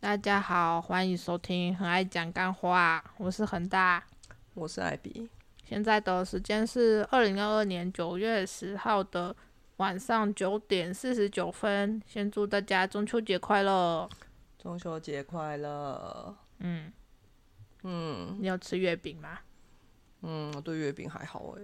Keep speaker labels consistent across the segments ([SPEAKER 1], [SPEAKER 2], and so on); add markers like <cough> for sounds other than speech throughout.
[SPEAKER 1] 大家好，欢迎收听《很爱讲干话》，我是恒大。
[SPEAKER 2] 我是艾比。
[SPEAKER 1] 现在的时间是二零二二年九月十号的晚上九点四十九分。先祝大家中秋节快乐！
[SPEAKER 2] 中秋节快乐！
[SPEAKER 1] 嗯，
[SPEAKER 2] 嗯
[SPEAKER 1] 你有吃月饼吗？
[SPEAKER 2] 嗯，我对月饼还好哎、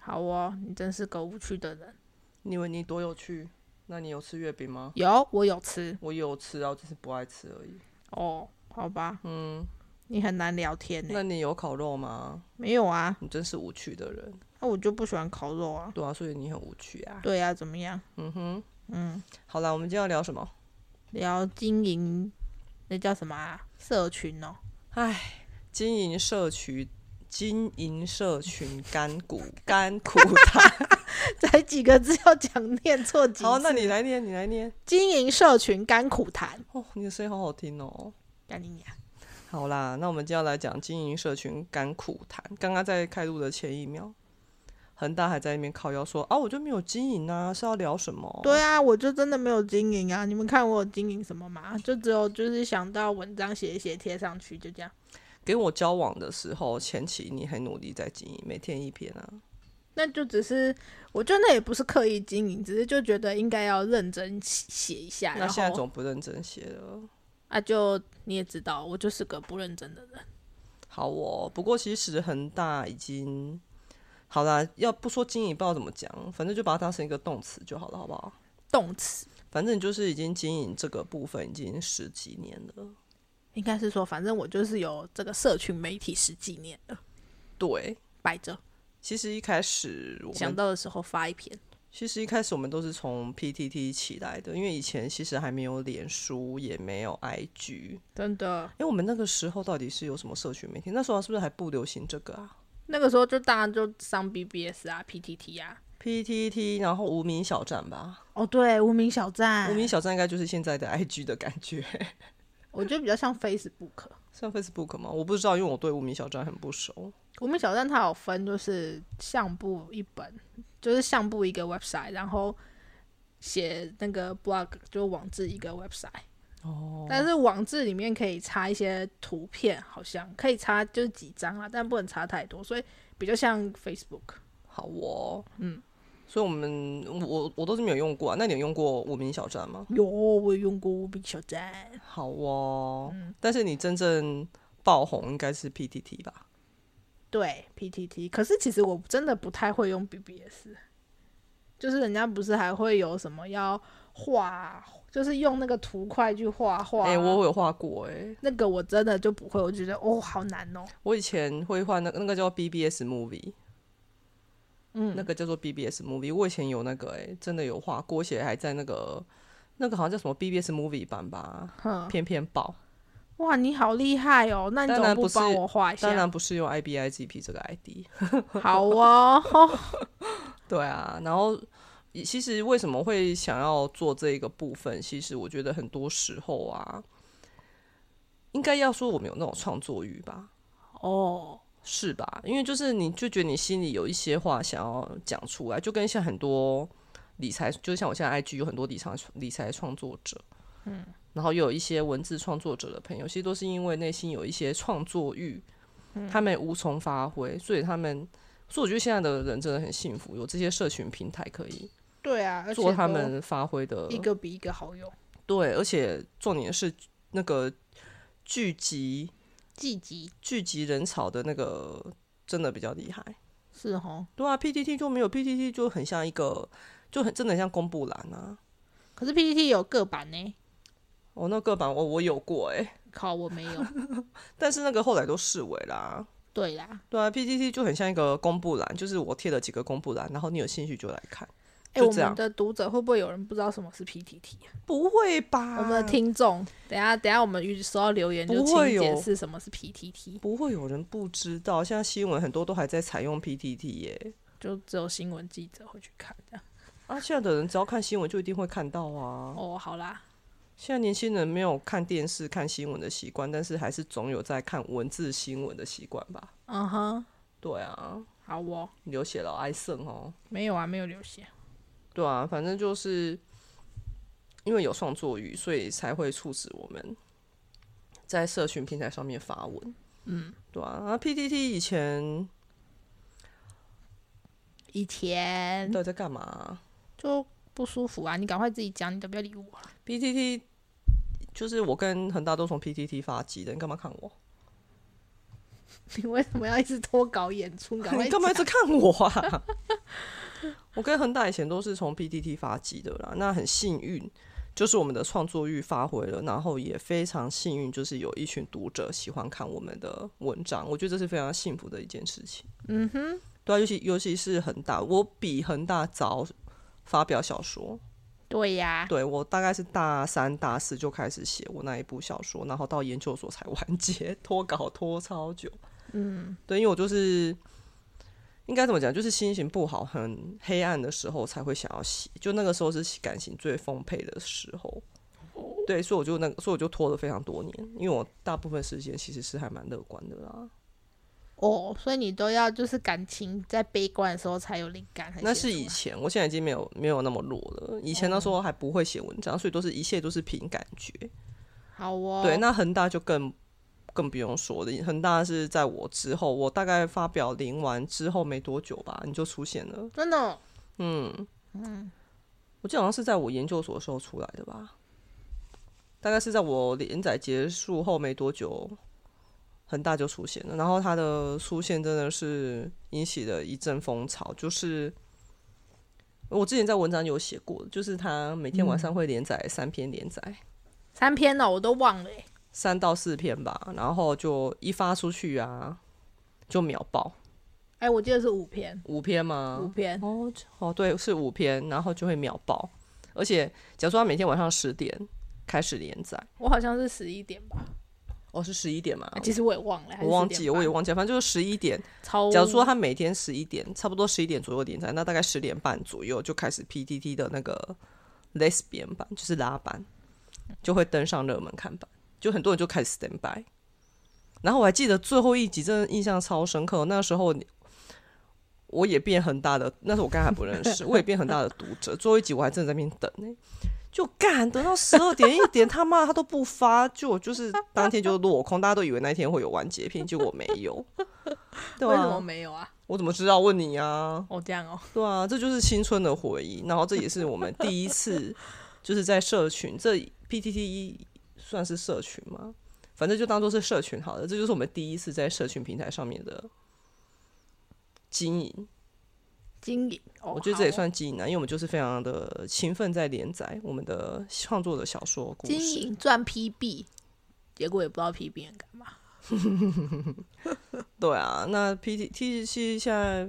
[SPEAKER 1] 好哦，你真是个无趣的人。
[SPEAKER 2] 你以为你多有趣？那你有吃月饼吗？
[SPEAKER 1] 有，我有吃
[SPEAKER 2] 我有吃啊，我只是不爱吃而已。
[SPEAKER 1] 哦。好吧，
[SPEAKER 2] 嗯，
[SPEAKER 1] 你很难聊天呢、
[SPEAKER 2] 那你有烤肉吗？
[SPEAKER 1] 没有啊，
[SPEAKER 2] 你真是无趣的人。
[SPEAKER 1] 那我就不喜欢烤肉啊。
[SPEAKER 2] 对啊，所以你很无趣啊。
[SPEAKER 1] 对啊，怎么样？
[SPEAKER 2] 嗯哼，
[SPEAKER 1] 嗯，
[SPEAKER 2] 好啦，我们今天要聊什么？
[SPEAKER 1] 聊经营，那叫什么、啊、社群哦？
[SPEAKER 2] 经营社群，经营社群甘苦
[SPEAKER 1] <laughs>
[SPEAKER 2] 甘苦谈。
[SPEAKER 1] 才几个字要讲念错几次？
[SPEAKER 2] 好，那你来念，你来念。
[SPEAKER 1] 经营社群甘苦谈，
[SPEAKER 2] 哦，你的声音好好听哦。
[SPEAKER 1] 干你娘！
[SPEAKER 2] 好啦，那我们接下来讲经营社群甘苦谈。刚刚在开录的前一秒，恒大还在那边靠腰说啊，我就没有经营啊，是要聊什么？
[SPEAKER 1] 对啊，我就真的没有经营啊！你们看我有经营什么吗？就只有就是想到文章写一写贴上去，就这样。
[SPEAKER 2] 跟我交往的时候，前期你很努力在经营，每天一篇啊。
[SPEAKER 1] 那就只是，我觉得那也不是刻意经营，只是就觉得应该要认真写写一下。
[SPEAKER 2] 那
[SPEAKER 1] 然
[SPEAKER 2] 现在
[SPEAKER 1] 后
[SPEAKER 2] 总不认真写了。
[SPEAKER 1] 啊，就你也知道，我就是个不认真的人。
[SPEAKER 2] 好哦，不过其实恒大已经好啦，要不说经营，不知道怎么讲，反正就把它当成一个动词就好了，好不好？
[SPEAKER 1] 动词
[SPEAKER 2] 反正就是已经经营这个部分已经十几年了。
[SPEAKER 1] 应该是说，反正我就是有这个社群媒体十几年了，
[SPEAKER 2] 对，
[SPEAKER 1] 摆着，
[SPEAKER 2] 其实一开始我们
[SPEAKER 1] 想到的时候发一篇。
[SPEAKER 2] 其实一开始我们都是从 PTT 起来的，因为以前其实还没有脸书，也没有 IG。
[SPEAKER 1] 真的，
[SPEAKER 2] 哎，我们那个时候到底是有什么社群媒体？那时候是不是还不流行这个啊
[SPEAKER 1] 那个时候就当然就上 BBS 啊、PTT 啊。
[SPEAKER 2] ？PTT，然后无名小站吧，
[SPEAKER 1] 哦，对，无名小站，
[SPEAKER 2] 无名小站应该就是现在的 IG 的感觉，
[SPEAKER 1] 我觉得比较像 Facebook。
[SPEAKER 2] 像 Facebook 吗？我不知道，因为我对无名小站很不熟。
[SPEAKER 1] 无名小站它有分，就是相簿一本，就是相簿一个 website，然后写那个 blog 就网志一个 website。
[SPEAKER 2] 哦，
[SPEAKER 1] 但是网志里面可以插一些图片，好像可以插就是几张啊，但不能插太多，所以比较像 Facebook。
[SPEAKER 2] 好哦，嗯，所以我们我我都是没有用过啊。那你有用过无名小站吗？
[SPEAKER 1] 有，我也用过无名小站，
[SPEAKER 2] 好哦，但是你真正爆红应该是 PTT 吧？
[SPEAKER 1] 对 PTT。可是其实我真的不太会用 BBS，就是人家不是还会有什么要画，就是用那个图块去画画啊。
[SPEAKER 2] 哎、我有画过哎、
[SPEAKER 1] 那个我真的就不会，我觉得哦，好难哦。
[SPEAKER 2] 我以前会画那个那个叫 BBS movie，
[SPEAKER 1] 嗯，
[SPEAKER 2] 那个叫做 BBS movie。我以前有那个哎、真的有画过，而且还在那个那个好像叫什么 BBS movie 版吧，
[SPEAKER 1] 哼，
[SPEAKER 2] 偏偏爆。
[SPEAKER 1] 哇，你好厉害哦！那你
[SPEAKER 2] 当
[SPEAKER 1] 怎么
[SPEAKER 2] 然不是
[SPEAKER 1] 帮我画一
[SPEAKER 2] 当
[SPEAKER 1] 下？
[SPEAKER 2] 然不是用 IBIGP 这个 ID。
[SPEAKER 1] 好哦， <laughs> 哦
[SPEAKER 2] 对啊，然后其实为什么会想要做这个部分？其实我觉得很多时候啊，应该要说我们有那种创作欲吧。
[SPEAKER 1] 哦，
[SPEAKER 2] 是吧？因为就是你就觉得你心里有一些话想要讲出来，就跟像很多理财，就像我现在 IG 有很多理财理财创作者，嗯，然后又有一些文字创作者的朋友，其实都是因为内心有一些创作欲，
[SPEAKER 1] 嗯
[SPEAKER 2] 他们无从发挥，所以他们，所以我觉得现在的人真的很幸福，有这些社群平台可以
[SPEAKER 1] 对啊，而且
[SPEAKER 2] 做他
[SPEAKER 1] 都
[SPEAKER 2] 们发挥的
[SPEAKER 1] 一个比一个好用，
[SPEAKER 2] 对，而且重点是那个聚集
[SPEAKER 1] 积极
[SPEAKER 2] 聚集人潮的那个真的比较厉害。
[SPEAKER 1] 是哦。
[SPEAKER 2] 对啊，PTT 就没有 PTT 就很像一个，就很真的很像公布栏啊。
[SPEAKER 1] 可是 PPT 有个版呢，
[SPEAKER 2] 哦，那个版我我有过诶、
[SPEAKER 1] 靠，我没
[SPEAKER 2] <laughs>
[SPEAKER 1] 有。
[SPEAKER 2] 但是那个后来都视为啦。
[SPEAKER 1] 对啦，
[SPEAKER 2] 对啊，PTT 就很像一个公布栏，就是我贴了几个公布栏，然后你有兴趣就来看。
[SPEAKER 1] 哎，
[SPEAKER 2] 就
[SPEAKER 1] 我
[SPEAKER 2] 这样
[SPEAKER 1] 们的读者会不会有人不知道什么是 PPT 啊？
[SPEAKER 2] 不会吧？
[SPEAKER 1] 我们的听众，等一下等一下我们预收到留言就
[SPEAKER 2] 不
[SPEAKER 1] 请
[SPEAKER 2] 会有
[SPEAKER 1] 解释什么是 PPT，
[SPEAKER 2] 不会有人不知道，现在新闻很多都还在采用 PTT 耶、
[SPEAKER 1] 就只有新闻记者会去看这样。
[SPEAKER 2] 欸啊，现在的人只要看新闻就一定会看到啊。
[SPEAKER 1] 哦，好啦，
[SPEAKER 2] 现在年轻人没有看电视、看新闻的习惯，但是还是总有在看文字新闻的习惯吧？
[SPEAKER 1] 嗯哼，
[SPEAKER 2] 对啊，
[SPEAKER 1] 好哦。
[SPEAKER 2] 流血了，挨剩哦。
[SPEAKER 1] 没有啊，没有流血。
[SPEAKER 2] 对啊，反正就是因为有创作欲，所以才会促使我们在社群平台上面发文。嗯，对啊。啊，PTT 以前
[SPEAKER 1] 以前
[SPEAKER 2] 到底在干嘛啊、
[SPEAKER 1] 就不舒服啊，你赶快自己讲，你都不要理我。啊
[SPEAKER 2] p t t 就是我跟恒大都从 PTT 发迹的，你干嘛看我？
[SPEAKER 1] <laughs> 你为什么要一直脱稿演出？
[SPEAKER 2] <laughs>
[SPEAKER 1] 赶快
[SPEAKER 2] 你干嘛一直看我啊？ <laughs> 我跟恒大以前都是从 PTT 发迹的啦，那很幸运，就是我们的创作欲发挥了，然后也非常幸运，就是有一群读者喜欢看我们的文章，我觉得这是非常幸福的一件事情。
[SPEAKER 1] 嗯哼，
[SPEAKER 2] 对啊，尤其尤其是恒大，我比恒大早发表小说，
[SPEAKER 1] 对呀、
[SPEAKER 2] 对我大概是大三大四就开始写我那一部小说，然后到研究所才完结， <laughs> 拖稿拖超久。嗯，对，因为我就是应该怎么讲，就是心情不好、很黑暗的时候才会想要写，就那个时候是感情最丰沛的时候。
[SPEAKER 1] 哦
[SPEAKER 2] 对，所以我就那个，所以我就拖了非常多年，因为我大部分时间其实是还蛮乐观的啦。
[SPEAKER 1] 哦，所以你都要就是感情在悲观的时候才有灵感才写出来，哦
[SPEAKER 2] 那是以前，我现在已经没有没有那么弱了。以前那时候还不会写文章，所以都是一切都是凭感觉。
[SPEAKER 1] 好哦，
[SPEAKER 2] 对，那恒大就更更不用说了。恒大是在我之后，我大概发表零完之后没多久吧，你就出现了。
[SPEAKER 1] 真的哦
[SPEAKER 2] 嗯嗯，我记得好像是在我研究所的时候出来的吧，大概是在我连载结束后没多久，恒大就出现了。然后它的出现真的是引起了一阵风潮，就是。我之前在文章有写过，就是他每天晚上会连载三篇连载，
[SPEAKER 1] 三篇了，我都忘了欸。
[SPEAKER 2] 三到四篇吧，然后就一发出去啊，就秒爆
[SPEAKER 1] 哎、我记得是五篇，
[SPEAKER 2] 五篇
[SPEAKER 1] 五
[SPEAKER 2] 吗？
[SPEAKER 1] 篇，
[SPEAKER 2] 哦哦，对，是五篇，然后就会秒爆。而且，假如说他每天晚上十点开始连载，
[SPEAKER 1] 我好像是十一点吧、
[SPEAKER 2] 哦，是十一点嘛？
[SPEAKER 1] 哎其实我也忘了，还是
[SPEAKER 2] 我忘
[SPEAKER 1] 10
[SPEAKER 2] 记，
[SPEAKER 1] 点
[SPEAKER 2] 我
[SPEAKER 1] 半
[SPEAKER 2] 也忘记，反正就是十一点。
[SPEAKER 1] 超。
[SPEAKER 2] 假如说他每天十一点，差不多十一点左右连载，那大概十点半左右就开始 PTT 的那个 Lesbian 版，就是拉版，就会登上热门看板，就很多人就开始 stand by。然后我还记得最后一集，真的印象超深刻。那时候你我也变很大的，那时候我刚才还不认识，我也变很大的读者。最后一集我还真的在那边等呢、就干等到十二点一点，他妈他都不发，就我就是当天就落空，大家都以为那一天会有完结篇，结果没有。对
[SPEAKER 1] 为什么
[SPEAKER 2] 啊，
[SPEAKER 1] 没有啊？
[SPEAKER 2] 我怎么知道？问你啊，
[SPEAKER 1] 哦，这样哦，
[SPEAKER 2] 对啊，这就是青春的回忆。然后这也是我们第一次就是在社群，这 PTT E 算是社群吗？反正就当做是社群好了。这就是我们第一次在社群平台上面的经营。
[SPEAKER 1] 经营，哦、
[SPEAKER 2] 我觉得这也
[SPEAKER 1] 好哦
[SPEAKER 2] 算经营啊，因为我们就是非常的勤奋在连载我们的创作的小说故
[SPEAKER 1] 经
[SPEAKER 2] 事。
[SPEAKER 1] 营赚 PB，结果也不知道 PB 人干嘛。
[SPEAKER 2] 对啊，那 PTT 是现在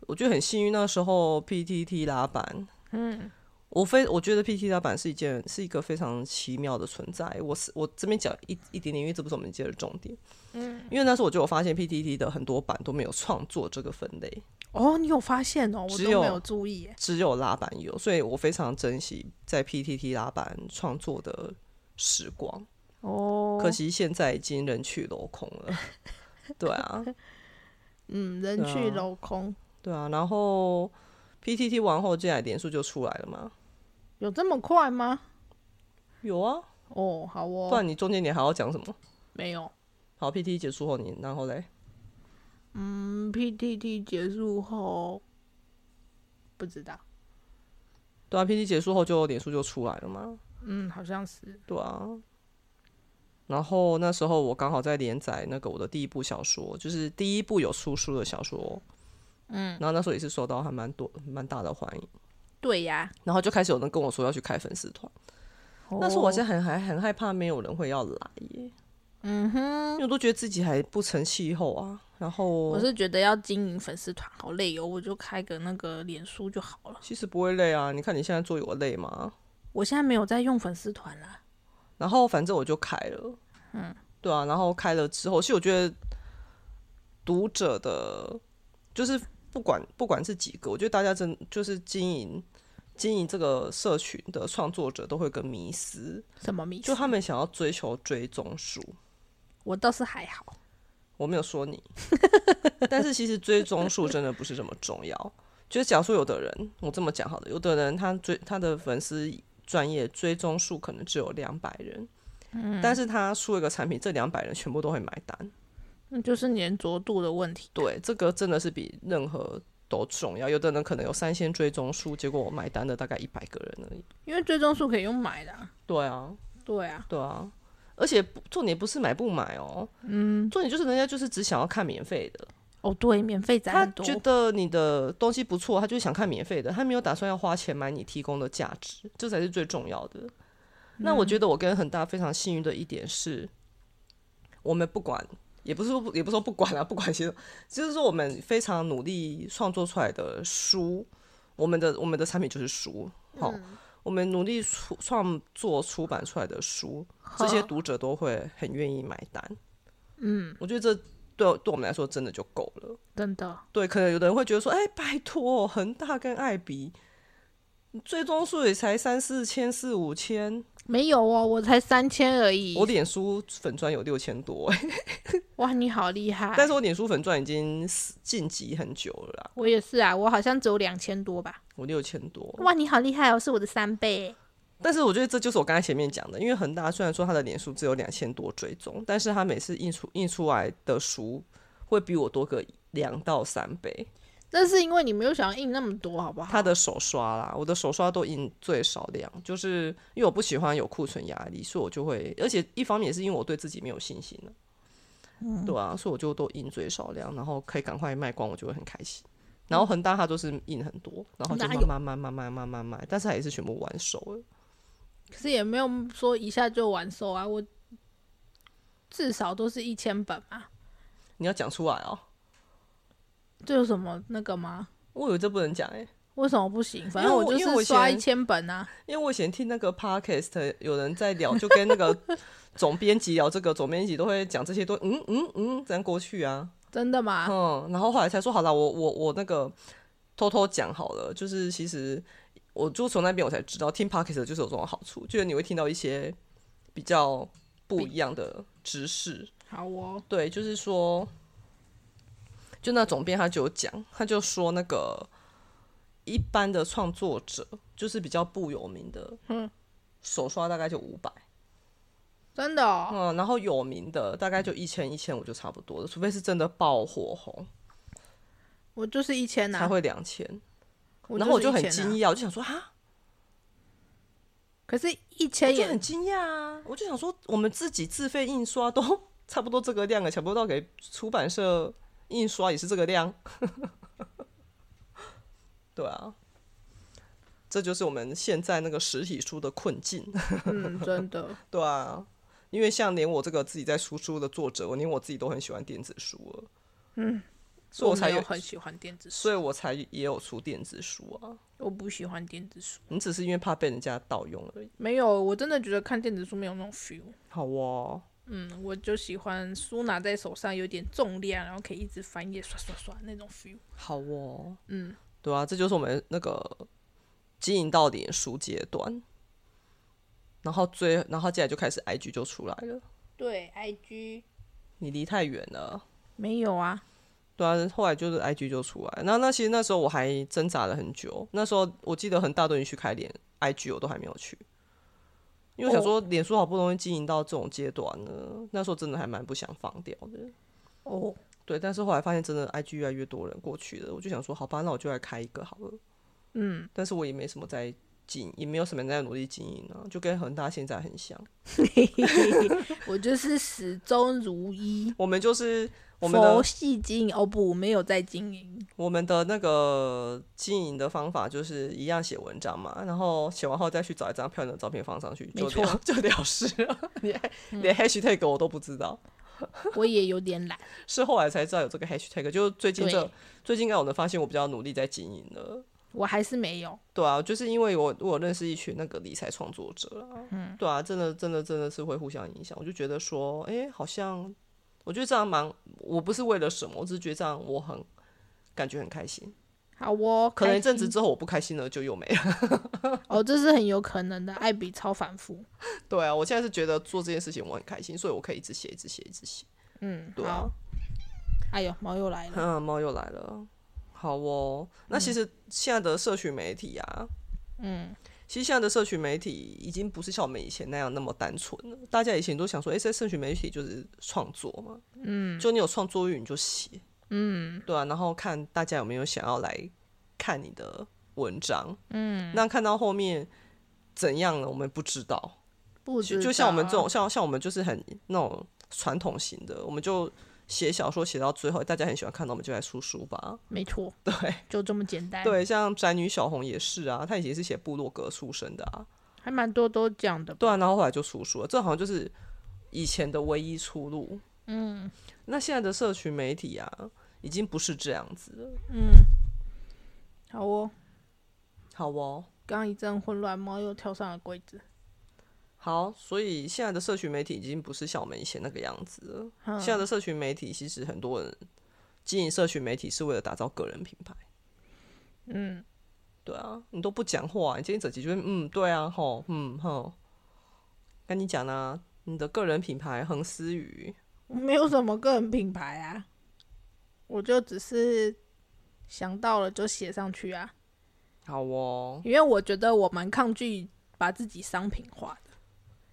[SPEAKER 2] 我觉得很幸运，那时候 PTT 拉板，
[SPEAKER 1] 嗯，
[SPEAKER 2] 我非我觉得 PT 拉板是一件是一个非常奇妙的存在。我是我这边讲一一点点，因为这不是我们今天的重点。嗯，因为那时候我就有发现 PTT 的很多版都没有创作这个分类，
[SPEAKER 1] 哦，你有发现哦？我
[SPEAKER 2] 只
[SPEAKER 1] 都没
[SPEAKER 2] 有
[SPEAKER 1] 有注意耶。
[SPEAKER 2] 只有拉板有，所以我非常珍惜在 PTT 拉板创作的时光。
[SPEAKER 1] 哦，
[SPEAKER 2] 可惜现在已经人去楼空了。对啊，
[SPEAKER 1] 嗯，人去
[SPEAKER 2] 对啊
[SPEAKER 1] 楼空，
[SPEAKER 2] 对啊。然后 PTT 完后，接下来连数就出来了嘛？
[SPEAKER 1] 有这么快吗？
[SPEAKER 2] 有啊，
[SPEAKER 1] 哦，好
[SPEAKER 2] 不
[SPEAKER 1] 哦，
[SPEAKER 2] 然你中间你还要讲什么？
[SPEAKER 1] 没有。
[SPEAKER 2] 好，PTT 结束后你然后嘞？
[SPEAKER 1] 嗯，PTT 结束后，不知道。
[SPEAKER 2] 对啊，PT 结束后就脸书就出来了嘛，
[SPEAKER 1] 嗯，好像是。
[SPEAKER 2] 对啊。然后那时候我刚好在连载那个我的第一部小说，就是第一部有出书的小说，嗯，然后那时候也是受到还蛮多蛮大的欢迎，
[SPEAKER 1] 对呀、
[SPEAKER 2] 然后就开始有人跟我说要去开粉丝团，那时候
[SPEAKER 1] 哦
[SPEAKER 2] 我好像很还很害怕没有人会要来耶，
[SPEAKER 1] 嗯
[SPEAKER 2] 因
[SPEAKER 1] 哼，
[SPEAKER 2] 为我都觉得自己还不成气候啊，然后
[SPEAKER 1] 我是觉得要经营粉丝团好累哦，我就开个那个脸书就好了。
[SPEAKER 2] 其实不会累啊，你看你现在做有累吗？
[SPEAKER 1] 我现在没有在用粉丝团啦。
[SPEAKER 2] 然后反正我就开了，嗯，对啊，然后开了之后，其实我觉得读者的，就是不管不管是几个，我觉得大家真就是经营经营这个社群的创作者都会有个迷思，
[SPEAKER 1] 什么迷思？
[SPEAKER 2] 就他们想要追求追踪数，
[SPEAKER 1] 我倒是还好。
[SPEAKER 2] 我没有说你， <laughs> 但是其实追踪数真的不是这么重要。就是假如说有的人，我这么讲好了，有的人他追他的粉丝专业追踪数可能只有两百人，但是他出一个产品，这两百人全部都会买单。
[SPEAKER 1] 那就是粘着度的问题。
[SPEAKER 2] 对，这个真的是比任何都重要。有的人可能有三千追踪数，结果我买单的大概一百个人而已。
[SPEAKER 1] 因为追踪数可以用买的、啊。
[SPEAKER 2] 对啊，
[SPEAKER 1] 对啊，
[SPEAKER 2] 对啊，而且不重点不是买不买哦，嗯，重点就是人家就是只想要看免费的，
[SPEAKER 1] 哦对，免费展
[SPEAKER 2] 他
[SPEAKER 1] 很多。
[SPEAKER 2] 觉得你的东西不错，他就是想看免费的，他没有打算要花钱买你提供的价值，这才是最重要的。那我
[SPEAKER 1] 嗯
[SPEAKER 2] 觉得我跟恒大非常幸运的一点是，我们不管，也不是说不，也不是说不管啊，不管其实就是说我们非常努力创作出来的书，我们的我们的产品就是书，好、
[SPEAKER 1] 嗯
[SPEAKER 2] 我们努力出创作出版出来的书，这些
[SPEAKER 1] 好
[SPEAKER 2] 读者都会很愿意买单。嗯，我觉得这对对我们来说真的就够了。
[SPEAKER 1] 真的，
[SPEAKER 2] 对，可能有的人会觉得说，哎，拜托，恒大跟艾比，最终数也才三四千、四五千，
[SPEAKER 1] 没有哦，我才三千而已。
[SPEAKER 2] 我脸书粉钻有六千多、哎，
[SPEAKER 1] 哇，你好厉害！
[SPEAKER 2] <laughs> 但是我脸书粉钻已经死晋级很久了啦，
[SPEAKER 1] 我也是啊，我好像只有两千多吧。
[SPEAKER 2] 我六千多。
[SPEAKER 1] 哇，你好厉害哦，是我的三倍。
[SPEAKER 2] 但是我觉得这就是我刚才前面讲的，因为恒大虽然说他的脸书只有两千多追踪，但是他每次印出印出来的书会比我多个两到三倍，
[SPEAKER 1] 那是因为你没有想要印那么多，好不好？
[SPEAKER 2] 他的手刷啦，我的手刷都印最少量，就是因为我不喜欢有库存压力，所以我就会，而且一方面也是因为我对自己没有信心了，对啊，所以我就都印最少量，然后可以赶快卖光，我就会很开心。然后恒大它都是印很多，然后就
[SPEAKER 1] 哪有
[SPEAKER 2] 慢慢慢慢慢慢慢慢，但是它也是全部完售了。
[SPEAKER 1] 可是也没有说一下就完售啊，我至少都是一千本嘛。
[SPEAKER 2] 你要讲出来哦，
[SPEAKER 1] 这有什么那个吗？
[SPEAKER 2] 我以为这不能讲哎、
[SPEAKER 1] 为什么不行？反
[SPEAKER 2] 因
[SPEAKER 1] 正
[SPEAKER 2] 为我
[SPEAKER 1] 就
[SPEAKER 2] 因为
[SPEAKER 1] 是
[SPEAKER 2] 我以前
[SPEAKER 1] 刷一千本啊。
[SPEAKER 2] 因为我以前听那个 podcast 有人在聊，就跟那个 <laughs> 总编辑聊这个，总编辑都会讲这些都嗯嗯嗯这样过去啊。
[SPEAKER 1] 真的吗？
[SPEAKER 2] 嗯，然后后来才说好了，我我我那个偷偷讲好了，就是其实我就从那边我才知道听 p o c k e t 就是有这种好处，就是你会听到一些比较不一样的知识。
[SPEAKER 1] 好哦，
[SPEAKER 2] 对，就是说，就那总编他就有讲，他就说那个一般的创作者就是比较不有名的，嗯，手刷大概就五百。
[SPEAKER 1] 真的哦，
[SPEAKER 2] 嗯，然后有名的大概就一千一千五就差不多了，除非是真的爆火红
[SPEAKER 1] 我就是一千
[SPEAKER 2] 才
[SPEAKER 1] 啊。
[SPEAKER 2] 会两千。
[SPEAKER 1] 就
[SPEAKER 2] 然
[SPEAKER 1] 是
[SPEAKER 2] 后我就很
[SPEAKER 1] 1000啊
[SPEAKER 2] 惊，讶，我就想说啊，
[SPEAKER 1] 可是一
[SPEAKER 2] 我
[SPEAKER 1] 千
[SPEAKER 2] 就
[SPEAKER 1] 也
[SPEAKER 2] 很惊讶啊，我就想说我们自己自费印刷都 <laughs> 差不多这个量了，想不到给出版社印刷也是这个量， <laughs> 对啊，这就是我们现在那个实体书的困境， <laughs>
[SPEAKER 1] 嗯，真的。
[SPEAKER 2] 对啊，因为像连我这个自己在输出的作者，我连我自己都很喜欢电子书了，嗯，所以
[SPEAKER 1] 我
[SPEAKER 2] 我才
[SPEAKER 1] 没有
[SPEAKER 2] 有，
[SPEAKER 1] 很喜欢电子书，
[SPEAKER 2] 所以我才也有出电子书啊，
[SPEAKER 1] 我不喜欢电子书。
[SPEAKER 2] 你只是因为怕被人家盗用而已，
[SPEAKER 1] 没有，我真的觉得看电子书没有那种 feel。
[SPEAKER 2] 好哦。
[SPEAKER 1] 嗯，我就喜欢书拿在手上有点重量，然后可以一直翻页刷刷刷那种 feel。
[SPEAKER 2] 好哦，
[SPEAKER 1] 嗯，
[SPEAKER 2] 对啊，这就是我们那个经营到脸书阶段，然后最，然后接下来就开始 IG 就出来了。
[SPEAKER 1] 对，IG
[SPEAKER 2] 你离太远了，
[SPEAKER 1] 没有啊，
[SPEAKER 2] 对啊，后来就是 IG 就出来。那那其实那时候我还挣扎了很久，那时候我记得很大都已经去开脸 IG，我都还没有去，因为我想说脸书好不容易经营到这种阶段了，那时候真的还蛮不想放掉的。
[SPEAKER 1] 哦，
[SPEAKER 2] 对，但是后来发现真的 IG 越来越多人过去了，我就想说，好吧，那我就来开一个好了。嗯，但是我也没什么在经，也没有什么在努力经营啊，就跟恒大现在很像。
[SPEAKER 1] 我就是始终如一，
[SPEAKER 2] 我们就是我们
[SPEAKER 1] 佛
[SPEAKER 2] 的
[SPEAKER 1] 系经营。哦不，我没有在经营。
[SPEAKER 2] 我们的那个经营的方法就是一样写文章嘛，然后写完后再去找一张漂亮的照片放上去，
[SPEAKER 1] 没嗯
[SPEAKER 2] 就了 <laughs> 就了事了。
[SPEAKER 1] <laughs>
[SPEAKER 2] 连连 hashtag 我都不知道，
[SPEAKER 1] 我也有点懒，
[SPEAKER 2] 是后来才知道有这个 hashtag。就最近这
[SPEAKER 1] 对
[SPEAKER 2] 最近应该我能发现我比较努力在经营了。
[SPEAKER 1] 我还是没有。
[SPEAKER 2] 对啊，就是因为我我有认识一群那个理财创作者啊，
[SPEAKER 1] 嗯
[SPEAKER 2] 对啊，真的真的真的是会互相影响。我就觉得说，哎、好像我觉得这样蛮，我不是为了什么，我只是觉得这样我很感觉很开心。
[SPEAKER 1] 好哦，
[SPEAKER 2] 可能
[SPEAKER 1] 开
[SPEAKER 2] 一阵子
[SPEAKER 1] 心
[SPEAKER 2] 之后我不开心了，就又没了。 <laughs>
[SPEAKER 1] 哦，这是很有可能的。艾比超反复，
[SPEAKER 2] 对啊，我现在是觉得做这件事情我很开心，所以我可以一直写，一直写，一直写。
[SPEAKER 1] 嗯，
[SPEAKER 2] 对啊
[SPEAKER 1] 好。哎呦，猫又来了。
[SPEAKER 2] 嗯，猫又来了，好哦。那其实现在的社群媒体啊，嗯，其实现在的社群媒体已经不是像我们以前那样那么单纯了。大家以前都想说，哎、在社群媒体就是创作嘛，嗯，就你有创作欲你就写，嗯，对啊，然后看大家有没有想要来看你的文章，嗯，那看到后面怎样了，我们不知道，
[SPEAKER 1] 不
[SPEAKER 2] 就
[SPEAKER 1] 知
[SPEAKER 2] 就像我们这
[SPEAKER 1] 道
[SPEAKER 2] 种，像像我们就是很那种传统型的，我们就写小说写到最后，大家很喜欢看到，我们就来出书吧。
[SPEAKER 1] 没错，
[SPEAKER 2] 对
[SPEAKER 1] 就这么简单。，
[SPEAKER 2] 对，像宅女小红也是啊，她以前是写部落格出身的啊，
[SPEAKER 1] 还蛮多都讲的。
[SPEAKER 2] 对啊，然后后来就出书了，这好像就是以前的唯一出路。嗯，那现在的社群媒体啊，已经不是这样子了。
[SPEAKER 1] 好哦，
[SPEAKER 2] 好哦，
[SPEAKER 1] 刚刚一阵混乱，猫又跳上了柜子。
[SPEAKER 2] 好，所以现在的社群媒体已经不是像我们以前那个样子了。现在的社群媒体，其实很多人经营社群媒体是为了打造个人品牌。
[SPEAKER 1] 嗯，
[SPEAKER 2] 对啊，你都不讲话，你今天整集就会嗯，对啊，吼，嗯吼，跟你讲啊，你的个人品牌恒思宇，
[SPEAKER 1] 我没有什么个人品牌啊，我就只是想到了就写上去啊，
[SPEAKER 2] 好哦，
[SPEAKER 1] 因为我觉得我蛮抗拒把自己商品化的。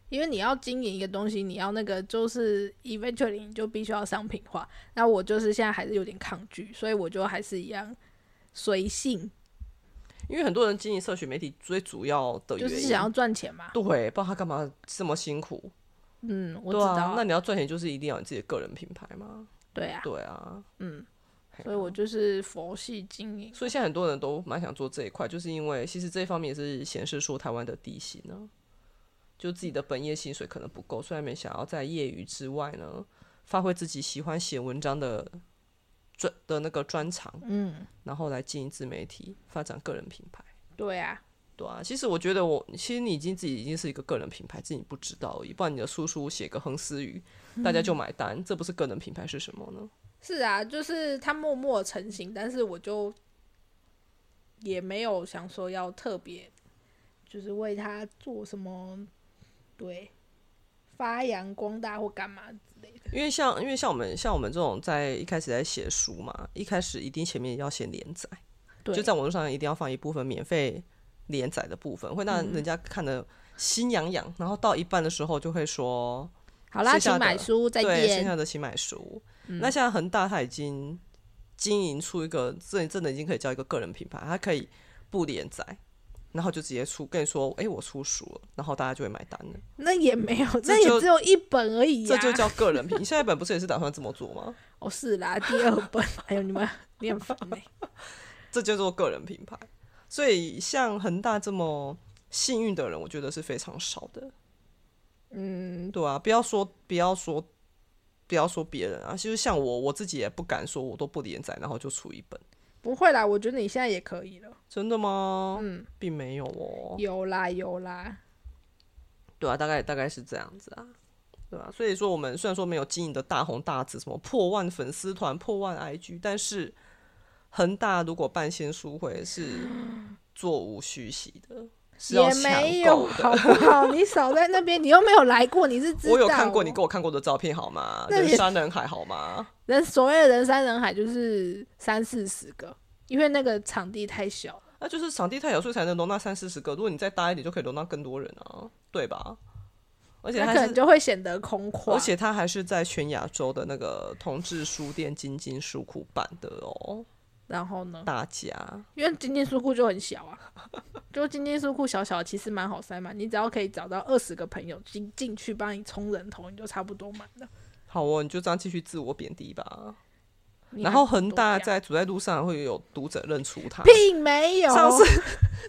[SPEAKER 1] 因为你要经营一个东西，你要那个就是 eventually 你就必须要商品化。那我就是现在还是有点抗拒，所以我就还是一样随性，
[SPEAKER 2] 因为很多人经营社群媒体最主要的
[SPEAKER 1] 就
[SPEAKER 2] 原
[SPEAKER 1] 是
[SPEAKER 2] 因，
[SPEAKER 1] 想要赚钱嘛。
[SPEAKER 2] 对，不知道他干嘛这么辛苦，
[SPEAKER 1] 嗯，我知
[SPEAKER 2] 对
[SPEAKER 1] 道
[SPEAKER 2] 啊
[SPEAKER 1] 啊，，
[SPEAKER 2] 那你要赚钱就是一定要有你自己的个人品牌嘛，
[SPEAKER 1] 对啊，
[SPEAKER 2] 对啊，
[SPEAKER 1] 嗯，
[SPEAKER 2] 嘿啊
[SPEAKER 1] 所以我就是佛系经营。
[SPEAKER 2] 所以现在很多人都蛮想做这一块，就是因为其实这一方面也是显示说台湾的低薪呢，就自己的本业薪水可能不够，所以他们想要在业余之外呢，发挥自己喜欢写文章的专的那个专长，
[SPEAKER 1] 嗯，
[SPEAKER 2] 然后来经营自媒体，发展个人品牌。
[SPEAKER 1] 对啊，
[SPEAKER 2] 对啊，其实我觉得我，其实你已经自己已经是一个个人品牌，自己不知道而已。不然你的叔叔写个横思语，大家就买单，这不是个人品牌是什么呢？
[SPEAKER 1] 是啊，就是它默默地成型，但是我就也没有想说要特别，就是为它做什么，对，发扬光大或干嘛之类的。
[SPEAKER 2] 因为像因为像我们像我们这种在一开始在写书嘛，一开始一定前面要先连载，
[SPEAKER 1] 对，
[SPEAKER 2] 就在网络上一定要放一部分免费连载的部分，会让人家看得心痒痒，然后到一半的时候就会说，
[SPEAKER 1] 好啦，
[SPEAKER 2] 剩下
[SPEAKER 1] 请
[SPEAKER 2] 的
[SPEAKER 1] 买书，再
[SPEAKER 2] 对，剩
[SPEAKER 1] 见。
[SPEAKER 2] 下的请买书。那现在恒大他已经经营出一个，这真的已经可以叫一个个人品牌，它可以不连载。然后就直接出，跟你说，哎、我出书了，然后大家就会买单了，
[SPEAKER 1] 那也没有，
[SPEAKER 2] 这
[SPEAKER 1] 那也
[SPEAKER 2] 就
[SPEAKER 1] 只有一本而已、呀。啊
[SPEAKER 2] 这就叫个人品。你下一本不是也是打算这么做吗？
[SPEAKER 1] 哦，是啦，第二本。 <laughs> 还有你们，你很烦欸呢、
[SPEAKER 2] 这叫做个人品牌。所以像恒大这么幸运的人，我觉得是非常少的。
[SPEAKER 1] 嗯，
[SPEAKER 2] 对啊，不要说不要说不要说别人啊，就是像我，我自己也不敢说，我都不连载，然后就出一本，
[SPEAKER 1] 不会啦，我觉得你现在也可以了。
[SPEAKER 2] 真的吗？
[SPEAKER 1] 嗯，
[SPEAKER 2] 并没有哦。
[SPEAKER 1] 有啦，有啦。 <laughs>
[SPEAKER 2] 对啊，大概大概是这样子啊，对啊，所以说我们虽然说没有经营的大红大紫，什么破万粉丝团、破万 IG，但是恒大如果办签书会是座无虚席的，是要
[SPEAKER 1] 也
[SPEAKER 2] 抢
[SPEAKER 1] 没有，
[SPEAKER 2] 购
[SPEAKER 1] 好
[SPEAKER 2] 的。
[SPEAKER 1] 不好？你少在那边，你又没有来过，你是知道。哦
[SPEAKER 2] 我有看过你给我看过的照片好吗？
[SPEAKER 1] 那也
[SPEAKER 2] 人山人海好吗？
[SPEAKER 1] 人所谓的人山人海，就是三四十个，因为那个场地太小了。
[SPEAKER 2] 那啊就是场地太小，所以才能容纳三四十个。如果你再大一点，就可以容纳更多人啊，对吧？而且
[SPEAKER 1] 那
[SPEAKER 2] 它
[SPEAKER 1] 可能
[SPEAKER 2] 是，
[SPEAKER 1] 就会显得空旷。
[SPEAKER 2] 而且它还是在全亚洲的那个同志书店金金书库办的哦，
[SPEAKER 1] 然后呢？
[SPEAKER 2] 大家。
[SPEAKER 1] 因为金金书库就很小啊，就金金书库小小，其实蛮好塞满。你只要可以找到二十个朋友进进去帮你冲人头，你就差不多满了。
[SPEAKER 2] 好哦，你就这样继续自我贬低吧。
[SPEAKER 1] 你
[SPEAKER 2] 然
[SPEAKER 1] 还
[SPEAKER 2] 后恒大
[SPEAKER 1] 多这样
[SPEAKER 2] 在走在路上会有读者认出他。
[SPEAKER 1] 并没有，
[SPEAKER 2] 上次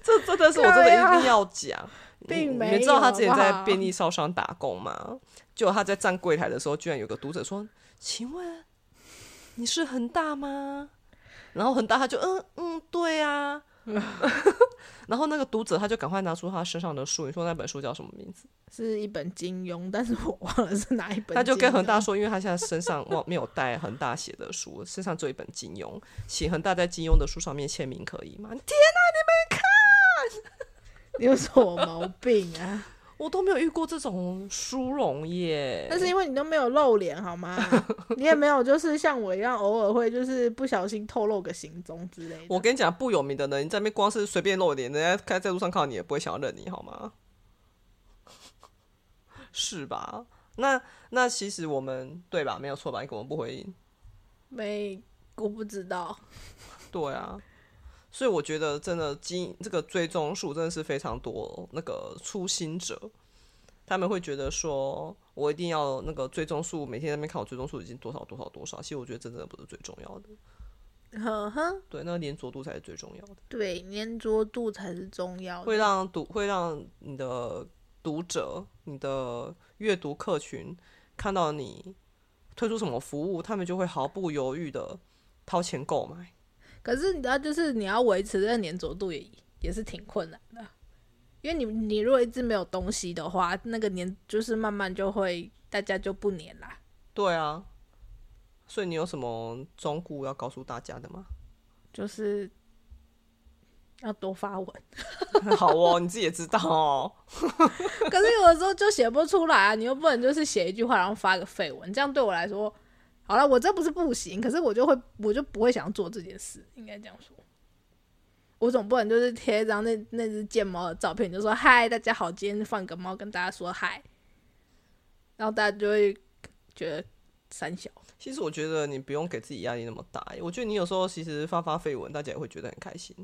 [SPEAKER 2] 这这真的是我真的
[SPEAKER 1] 对啊
[SPEAKER 2] 一定要讲，
[SPEAKER 1] <laughs> 并
[SPEAKER 2] 你
[SPEAKER 1] 没
[SPEAKER 2] 你们知道他
[SPEAKER 1] 有
[SPEAKER 2] 之前
[SPEAKER 1] 好不
[SPEAKER 2] 在
[SPEAKER 1] 好
[SPEAKER 2] 便利超商打工吗？就他在站柜台的时候，居然有个读者说：“请问你是恒大吗？”然后恒大他就嗯嗯对啊， <laughs> 然后那个读者他就赶快拿出他身上的书，你说那本书叫什么名字？
[SPEAKER 1] 是一本金庸，但是我忘了是哪一本。
[SPEAKER 2] 他就跟恒大，说，因为他现在身上忘没有带恒大写的书，身上只有一本金庸，请恒大在金庸的书上面签名可以吗？
[SPEAKER 1] 你有什么毛病啊？
[SPEAKER 2] 我都没有遇过这种殊荣耶。
[SPEAKER 1] 那是因为你都没有露脸好吗？你也没有就是像我一样偶尔会就是不小心透露个行踪之类的。
[SPEAKER 2] 我跟你讲，不有名的人，你在那边光是随便露脸，人家开在路上看到你也不会想要认你，好吗？ <laughs> 是吧？那那其实我们对吧？没有错吧？你根本不回应。
[SPEAKER 1] 没，我不知道。
[SPEAKER 2] 对啊，所以我觉得真的经这个追踪数真的是非常多那个初心者，他们会觉得说我一定要那个追踪数，每天在那边看我追踪数已经多少多少多少。其实我觉得这真的不是最重要的，
[SPEAKER 1] 呵呵，
[SPEAKER 2] 对，那个粘着度才是最重要的，
[SPEAKER 1] 对，粘着度才是重要
[SPEAKER 2] 会
[SPEAKER 1] 的。
[SPEAKER 2] 让读会让你的读者、你的阅读客群看到你推出什么服务，他们就会毫不犹豫的掏钱购买。
[SPEAKER 1] 可是你知道，就是你要维持这个粘着度也也是挺困难的，因为你你如果一直没有东西的话，那个粘就是慢慢就会大家就不粘啦。
[SPEAKER 2] 对啊，所以你有什么忠告要告诉大家的吗？ <laughs>
[SPEAKER 1] 就是要多发文。
[SPEAKER 2] 好哦，你自己也知道哦。
[SPEAKER 1] <laughs> 可是有的时候就写不出来啊，你又不能就是写一句话然后发个废文，这样对我来说，好了，我这不是不行，可是我就会我就不会想做这件事，应该这样说。我总不能就是贴一张那那只贱猫的照片，就说嗨，大家好，今天放个猫跟大家说嗨，然后大家就会觉得三小。
[SPEAKER 2] 其实我觉得你不用给自己压力那么大，欸我觉得你有时候其实发发绯闻，大家也会觉得很开心。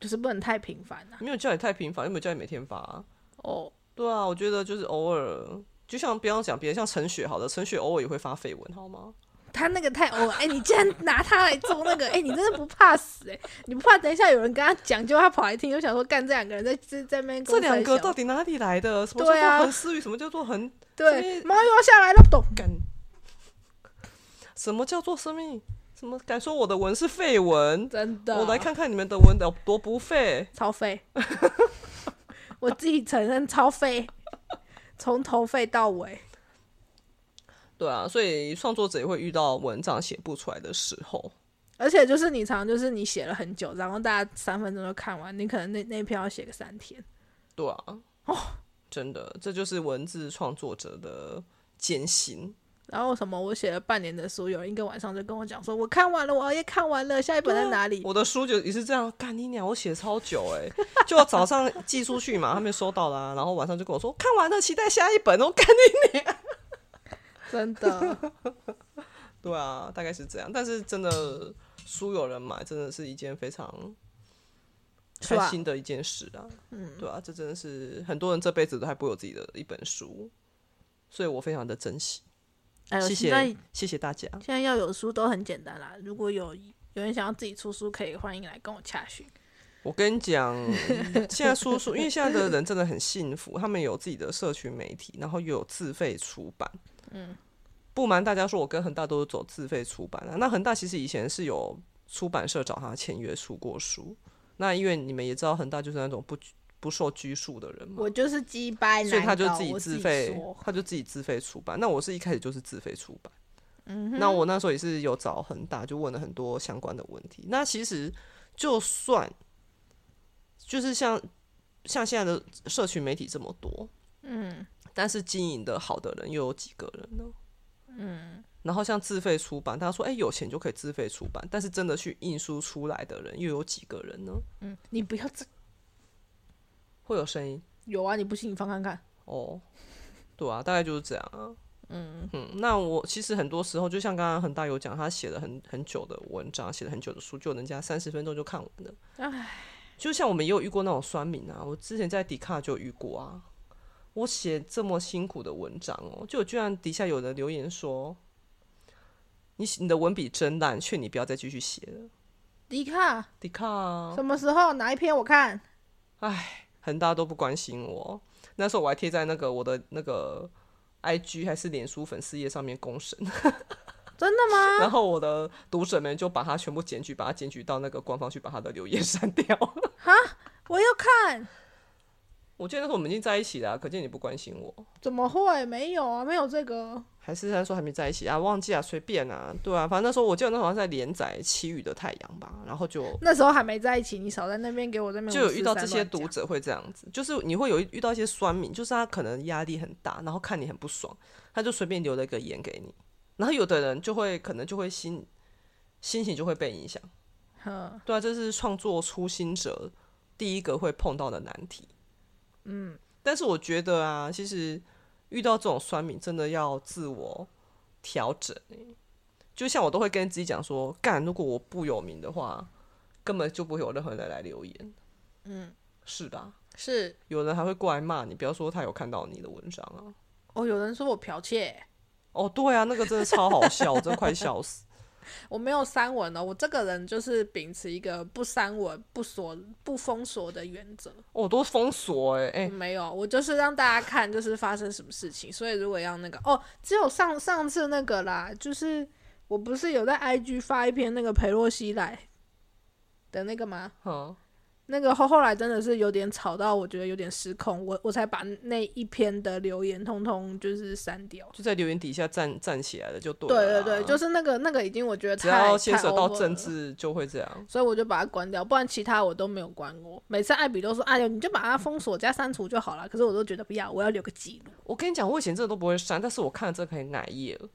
[SPEAKER 1] 就是不能太频繁啊了、
[SPEAKER 2] 没有叫你太频繁，又没有叫你每天发、
[SPEAKER 1] 哦，
[SPEAKER 2] 对啊，我觉得就是偶尔，就像不要讲别人，像陈雪好了，陈雪偶尔也会发绯闻，好吗？
[SPEAKER 1] 他那个太偶尔，哎、你竟然拿他来做那个，哎、你真的不怕死哎、你不怕等一下有人跟他讲，结果他跑来听，就想说干这两个人在在在那边
[SPEAKER 2] 这
[SPEAKER 1] 公
[SPEAKER 2] 两个
[SPEAKER 1] 三小
[SPEAKER 2] 到底哪里来的？什么
[SPEAKER 1] 对
[SPEAKER 2] 叫
[SPEAKER 1] 啊
[SPEAKER 2] 做很私语？什么叫做很
[SPEAKER 1] 对，
[SPEAKER 2] 所以
[SPEAKER 1] 猫又要下来了，懂？
[SPEAKER 2] 敢？什么叫做生命？什么敢说我的文是绯闻？
[SPEAKER 1] 真的，
[SPEAKER 2] 我来，看看你们的文有多不费。
[SPEAKER 1] 超
[SPEAKER 2] <laughs>
[SPEAKER 1] 废，我自己承认超废，从头废到尾，
[SPEAKER 2] 对啊，所以创作者也会遇到文章写不出来的时候。
[SPEAKER 1] 而且就是你常常就是你写了很久，然后大家三分钟就看完，你可能那那篇要写个三天，
[SPEAKER 2] 对啊，哦，真的，这就是文字创作者的艰辛。
[SPEAKER 1] 然后什么我写了半年的书，有人一个晚上就跟我讲说，我看完了，我熬夜看完了，下一本在哪里？
[SPEAKER 2] 啊我的书就也是这样，干你娘！我写超久哎、就早上寄出去嘛，他们收到啦、然后晚上就跟我说看完了，期待下一本哦。干你！
[SPEAKER 1] 真的，
[SPEAKER 2] 对啊，大概是这样。但是真的书有人买，真的是一件非常
[SPEAKER 1] 是
[SPEAKER 2] 开
[SPEAKER 1] 吧？
[SPEAKER 2] 心的一件事啊。嗯，对啊，这真的是很多人这辈子都还不会有自己的一本书，所以我非常的珍惜。
[SPEAKER 1] 哎呦，
[SPEAKER 2] 谢
[SPEAKER 1] 现在
[SPEAKER 2] 谢谢谢大家。
[SPEAKER 1] 现在要有书都很简单啦，如果有有人想要自己出书，可以欢迎来跟我洽询。
[SPEAKER 2] 我跟你讲，现在叔叔，因为现在的人真的很幸福，他们有自己的社群媒体，然后又有自费出版。嗯，不瞒大家说，我跟恒大都是走自费出版啊。那恒大其实以前是有出版社找他签约出过书，那因为你们也知道，恒大就是那种不拘不受拘束的人嘛
[SPEAKER 1] 我。就是鸡掰难搞，
[SPEAKER 2] 所以他就自己
[SPEAKER 1] 我
[SPEAKER 2] 自
[SPEAKER 1] 己
[SPEAKER 2] 费
[SPEAKER 1] 说，
[SPEAKER 2] 他就自己自费出版。那我是一开始就是自费出
[SPEAKER 1] <laughs>
[SPEAKER 2] 版，嗯，那我那时候也是有找恒大，就问了很多相关的问题。那其实就算就是像像现在的社群媒体这么多，嗯，但是经营的好的人又有几个人呢？嗯，然后像自费出版，他说：“哎、有钱就可以自费出版，但是真的去印书出来的人又有几个人呢？
[SPEAKER 1] 嗯，你不要这
[SPEAKER 2] 会有声音。”
[SPEAKER 1] 有啊，你不信你放看看。
[SPEAKER 2] 哦，对啊，大概就是这样啊。嗯那我其实很多时候，就像刚刚恒大有讲，他写了很很久的文章，写了很久的书，就人家三十分钟就看完了。就像我们也有遇过那种酸民啊，我之前在迪卡就有遇过啊。我写这么辛苦的文章哦，就居然底下有人留言说：“你你的文笔真烂，劝你不要再继续写了。
[SPEAKER 1] 迪卡”
[SPEAKER 2] 迪卡啊
[SPEAKER 1] 什么时候哪一篇我看？
[SPEAKER 2] 恒大都不关心我。那时候我还贴在那个我的那个 IG 还是脸书粉丝页上面公审，
[SPEAKER 1] 真的吗？
[SPEAKER 2] <laughs> 然后我的读者们就把它全部检举，把它检 <laughs> 举到那个官方去把它的留言删掉。
[SPEAKER 1] 我要看，
[SPEAKER 2] 我记得那时候我们已经在一起了啊、可见你不关心我，
[SPEAKER 1] 怎么会没有啊？没有这个，
[SPEAKER 2] 还是他说还没在一起啊？忘记啊，随便啊，对啊，反正那时候我记得那时候好像在连载《其余的太阳》吧，然后就
[SPEAKER 1] 那时候还没在一起，你少在那边给我在那边
[SPEAKER 2] 就有遇到这
[SPEAKER 1] 543
[SPEAKER 2] 些
[SPEAKER 1] 乱讲
[SPEAKER 2] 读者会这样子，就是你会有遇到一些酸民，就是他可能压力很大，然后看你很不爽，他就随便留了一个言给你，然后有的人就会可能就会心心情就会被影响，
[SPEAKER 1] 哼，
[SPEAKER 2] 对啊，这是创作初心者第一个会碰到的难题。
[SPEAKER 1] 嗯，
[SPEAKER 2] 但是我觉得啊，其实遇到这种酸民，真的要自我调整欸、就像我都会跟自己讲说，干，如果我不有名的话，根本就不会有任何人来留言。嗯，是吧？
[SPEAKER 1] 是
[SPEAKER 2] 有人还会过来骂你，不要说他有看到你的文章啊。
[SPEAKER 1] 哦，有人说我剽窃，
[SPEAKER 2] 哦，对啊，那个真的超好
[SPEAKER 1] <laughs>
[SPEAKER 2] 笑，我真的快笑死。哦
[SPEAKER 1] 我没有删文哦，我这个人就是秉持一个不删文、不锁、不封锁的原则。
[SPEAKER 2] 哦，我都封锁哎、欸、哎、
[SPEAKER 1] 嗯没有，啊我就是让大家看就是发生什么事情。所以如果要那个哦，只有上上次那个啦，就是我不是有在 IG 发一篇那个裴洛西来的那个吗？
[SPEAKER 2] 嗯，
[SPEAKER 1] 那个后后来真的是有点吵到，我觉得有点失控，我我才把那一篇的留言通通就是删掉。
[SPEAKER 2] 就在留言底下站站起来了，就对
[SPEAKER 1] 对
[SPEAKER 2] 了
[SPEAKER 1] 对
[SPEAKER 2] 啦
[SPEAKER 1] 对，就是那个那个已经我觉得
[SPEAKER 2] 只
[SPEAKER 1] 太
[SPEAKER 2] 要牵扯到
[SPEAKER 1] 太 over
[SPEAKER 2] 政
[SPEAKER 1] 了
[SPEAKER 2] 治就会这样。
[SPEAKER 1] 所以我就把它关掉，不然其他我都没有关过。每次艾比都说：“哎呦，你就把它封锁加删除就好了。”可是我都觉得不要，我要留个记录。
[SPEAKER 2] 我跟你讲，我以前这都不会删，但是我看了这可以奶页了。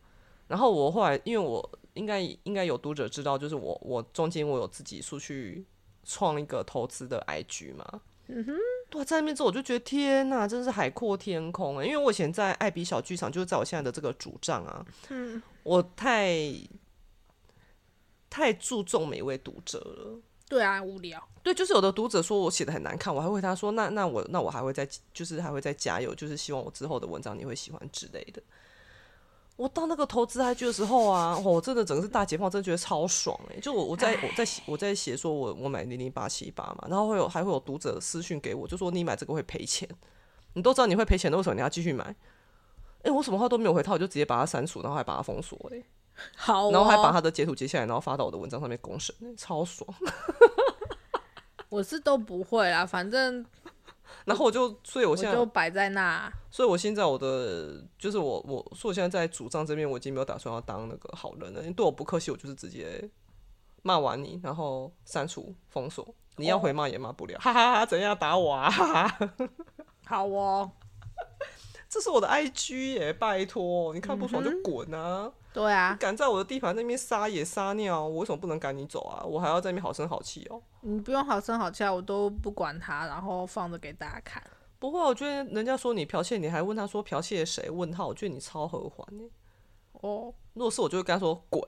[SPEAKER 2] 然后我后来，因为我应该应该有读者知道，就是我我中间我有自己出去创一个投资的 IG 嘛。嗯哼，对啊，在那边之后我就觉得天呐，真是海阔天空啊！因为我以前在艾比小剧场，就是在我现在的这个主账啊，
[SPEAKER 1] 嗯，
[SPEAKER 2] 我太太注重每位读者了。
[SPEAKER 1] 对啊，无聊。
[SPEAKER 2] 对，就是有的读者说我写的很难看，我还会他说那那我那我还会再就是还会再加油，就是希望我之后的文章你会喜欢之类的。我到那个投资 IG 的时候啊，我真的整个是大解放，真的觉得超爽哎、就我我在我在写我在写说我我买零零八七八嘛，然后会有还会有读者私讯给我，就说你买这个会赔钱，你都知道你会赔钱的，为什么你要继续买？哎、我什么话都没有回他，我就直接把它删除，然后还把它封锁、欸，
[SPEAKER 1] 好、哦，
[SPEAKER 2] 然后还把他的截图截下来，然后发到我的文章上面公审、欸超爽。 <laughs>
[SPEAKER 1] 我是都不会啦，反正
[SPEAKER 2] 然后我就，所以我
[SPEAKER 1] 我
[SPEAKER 2] 现在
[SPEAKER 1] 就摆在那。啊
[SPEAKER 2] 所以我现在我的就是我我所以我现在在主张这边，我已经没有打算要当那个好人了。你对我不客气，我就是直接骂完你，然后删除封锁。你要回骂也骂不哦了，哈哈哈！怎样打我啊？ <laughs> 哈哈哈！
[SPEAKER 1] 好哦，
[SPEAKER 2] 这是我的 IG 耶，拜托，你看不爽就滚啊！
[SPEAKER 1] 对啊
[SPEAKER 2] 你，敢在我的地盘那边撒野撒尿，我为什么不能赶你走啊？我还要在那边好声好气哦。
[SPEAKER 1] 你不用好声好气啊，我都不管它，然后放着给大家看。
[SPEAKER 2] 不会啊，我觉得人家说你剽窃，你还问他说剽窃谁？问号，我觉得你超合环耶。
[SPEAKER 1] 哦
[SPEAKER 2] 如果是我，就会跟他说滚。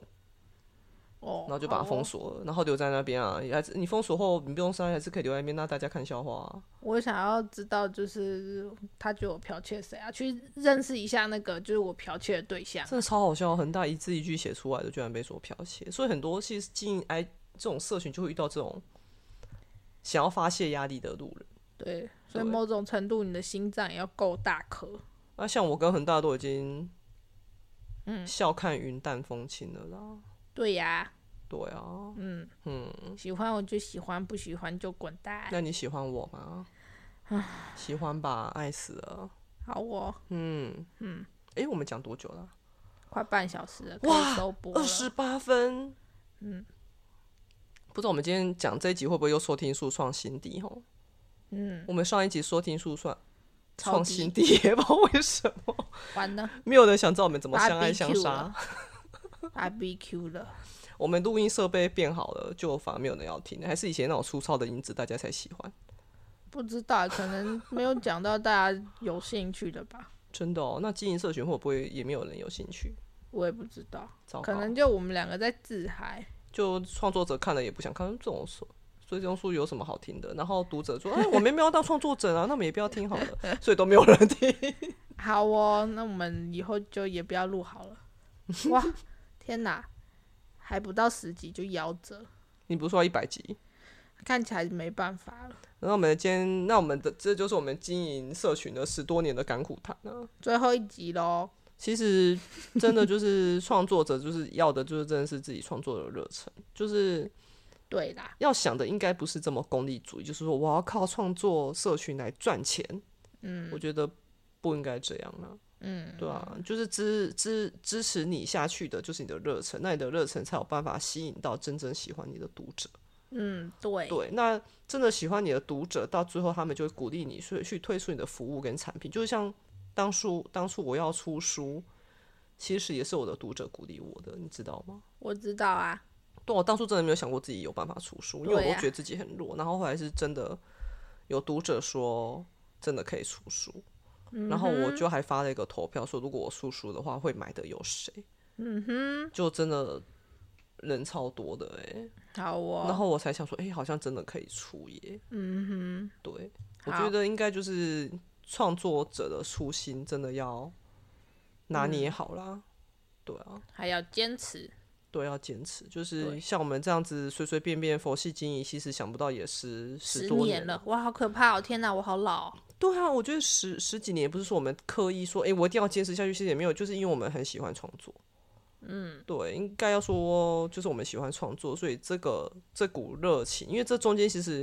[SPEAKER 1] 哦，
[SPEAKER 2] 然后就把它
[SPEAKER 1] 好哦
[SPEAKER 2] 封锁了，然后留在那边啊，也还是你封锁后你不用删，还是可以留在那边，让大家看笑话、啊。
[SPEAKER 1] 我想要知道，就是他觉得我剽窃谁啊？去认识一下那个就是我剽窃的对象。
[SPEAKER 2] 真的超好笑，恒大一字一句写出来的，居然被说剽窃，所以很多其实进 I 这种社群就会遇到这种想要发泄压力的路人。
[SPEAKER 1] 对，所以
[SPEAKER 2] 对
[SPEAKER 1] 某种程度你的心脏也要够大颗。
[SPEAKER 2] 那像我跟恒大都已经，嗯，笑看云淡风轻了啦。
[SPEAKER 1] 对呀、
[SPEAKER 2] 对啊，
[SPEAKER 1] 嗯，
[SPEAKER 2] 嗯，
[SPEAKER 1] 喜欢我就喜欢，不喜欢就滚蛋。
[SPEAKER 2] 那你喜欢我吗？喜欢吧，爱死了。
[SPEAKER 1] 好哦，
[SPEAKER 2] 嗯嗯，哎、我们讲多久了？
[SPEAKER 1] 快半小时了，可
[SPEAKER 2] 哇
[SPEAKER 1] 以收播了
[SPEAKER 2] 二。十八分，嗯，不知道我们今天讲这一集会不会又收听数创新低吼？
[SPEAKER 1] 嗯，
[SPEAKER 2] 我们上一集收听数算
[SPEAKER 1] 超
[SPEAKER 2] 创
[SPEAKER 1] 低
[SPEAKER 2] 新低， <laughs> 也不知道为什么，
[SPEAKER 1] 完了
[SPEAKER 2] 没有人想知道我们怎么相爱
[SPEAKER 1] <laughs>
[SPEAKER 2] 相
[SPEAKER 1] BBQ
[SPEAKER 2] 杀
[SPEAKER 1] 了。，IBQ 了。
[SPEAKER 2] 我们录音设备变好了，就反而没有人要听，还是以前那种粗糙的音质大家才喜欢。
[SPEAKER 1] 不知道，可能没有讲到大家有兴趣的吧，
[SPEAKER 2] 真的哦，那经营社群会不会也没有人有兴趣？
[SPEAKER 1] 我也不知道，
[SPEAKER 2] 糟
[SPEAKER 1] 可
[SPEAKER 2] 糕，
[SPEAKER 1] 能就我们两个在自嗨。
[SPEAKER 2] 就创作者看了也不想看这种书，所以这种书有什么好听的？然后读者说：“哎，我们没有要当创作者啊，那我们也不要听好了。”所以都没有人听。
[SPEAKER 1] 好哦，那我们以后就也不要录好
[SPEAKER 2] <laughs>
[SPEAKER 1] 了。哇，天哪，还不到十集就夭折，
[SPEAKER 2] 你不是说一百集？
[SPEAKER 1] 看起来没办法了。
[SPEAKER 2] 那我们今天，那我们的这就是我们经营社群的十多年的甘苦谈啊。
[SPEAKER 1] 最后一集喽，
[SPEAKER 2] 其实真的就是创作者就是要的，就是真的是自己创作的热忱，就是
[SPEAKER 1] 对啦，
[SPEAKER 2] 要想的应该不是这么功利主义，就是说我要靠创作社群来赚钱。嗯，我觉得不应该这样啊。嗯，对啊，就是支支支持你下去的，就是你的热忱，那你的热忱才有办法吸引到真正喜欢你的读者。
[SPEAKER 1] 嗯，对，
[SPEAKER 2] 对，那真的喜欢你的读者，到最后他们就会鼓励你去去推出你的服务跟产品，就是像当初当初我要出书，其实也是我的读者鼓励我的，你知道吗？
[SPEAKER 1] 我知道啊，
[SPEAKER 2] 对，我当初真的没有想过自己有办法出书，因为我
[SPEAKER 1] 对
[SPEAKER 2] 都
[SPEAKER 1] 啊
[SPEAKER 2] 觉得自己很弱。然后后来是真的有读者说真的可以出书，然后我就还发了一个投票说，如果我出书的话，会买的有谁？嗯哼，就真的人超多的哎、
[SPEAKER 1] 好
[SPEAKER 2] 然
[SPEAKER 1] 哦，
[SPEAKER 2] 后我才想说，哎、好像真的可以出耶。
[SPEAKER 1] 嗯
[SPEAKER 2] 对，
[SPEAKER 1] 好
[SPEAKER 2] 我觉得应该就是创作者的初心真的要拿
[SPEAKER 1] 嗯
[SPEAKER 2] 捏好啦。对啊
[SPEAKER 1] 哼，，还要坚持，
[SPEAKER 2] 对，要坚持，就
[SPEAKER 1] 对
[SPEAKER 2] 是像我们这样子随随便便佛系经营，其实想不到也是
[SPEAKER 1] 十
[SPEAKER 2] 十多
[SPEAKER 1] 年
[SPEAKER 2] 了
[SPEAKER 1] 了。，哇，好可怕哦！天哪，我好老哦、
[SPEAKER 2] 对啊，我觉得十十几年也不是说我们刻意说，哎、我一定要坚持下去，其实也没有，就是因为我们很喜欢创作。嗯，对，应该要说就是我们喜欢创作，所以这个这股热情，因为这中间其实，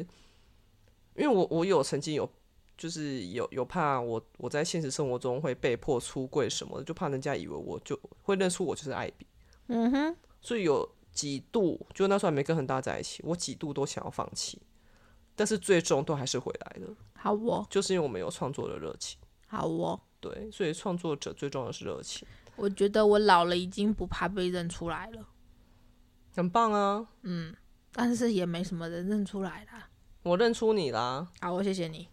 [SPEAKER 2] 因为我我有曾经有就是有有怕我我在现实生活中会被迫出柜什么的，就怕人家以为我就会认出我就是艾比。
[SPEAKER 1] 嗯哼，
[SPEAKER 2] 所以有几度，就那时候还没跟恒大在一起，我几度都想要放弃，但是最终都还是回来了，
[SPEAKER 1] 好哦，
[SPEAKER 2] 就是因为我们有创作的热情。
[SPEAKER 1] 好哦。
[SPEAKER 2] 对，所以创作者最重要的是热情，
[SPEAKER 1] 我觉得我老了，已经不怕被认出来了，
[SPEAKER 2] 很棒啊！
[SPEAKER 1] 但是也没什么人认出来啦。
[SPEAKER 2] 我认出你啦。
[SPEAKER 1] 好，我谢谢
[SPEAKER 2] <laughs>
[SPEAKER 1] 你，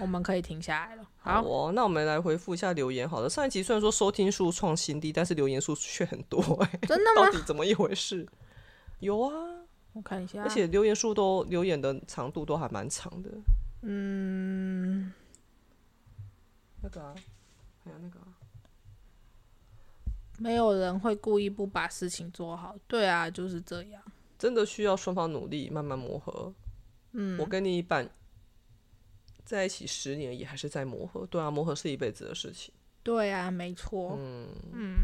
[SPEAKER 1] 我们可以停下来了。好，
[SPEAKER 2] 哦，那我们来回复一下留言。好了，上一集虽然说收听数创新低，但是留言数却很多、哎，
[SPEAKER 1] 真的
[SPEAKER 2] <laughs> 到
[SPEAKER 1] 吗？
[SPEAKER 2] 底怎么一回事？有啊，
[SPEAKER 1] 我看一下，
[SPEAKER 2] 而且留言数都留言的长度都还蛮长的。
[SPEAKER 1] 嗯，
[SPEAKER 2] 那个啊，还有那个、啊。
[SPEAKER 1] 没有人会故意不把事情做好。对啊，就是这样。
[SPEAKER 2] 真的需要双方努力，慢慢磨合。嗯，我跟你一半在一起十年，也还是在磨合。对啊，磨合是一辈子的事情。
[SPEAKER 1] 对啊，没错。
[SPEAKER 2] 嗯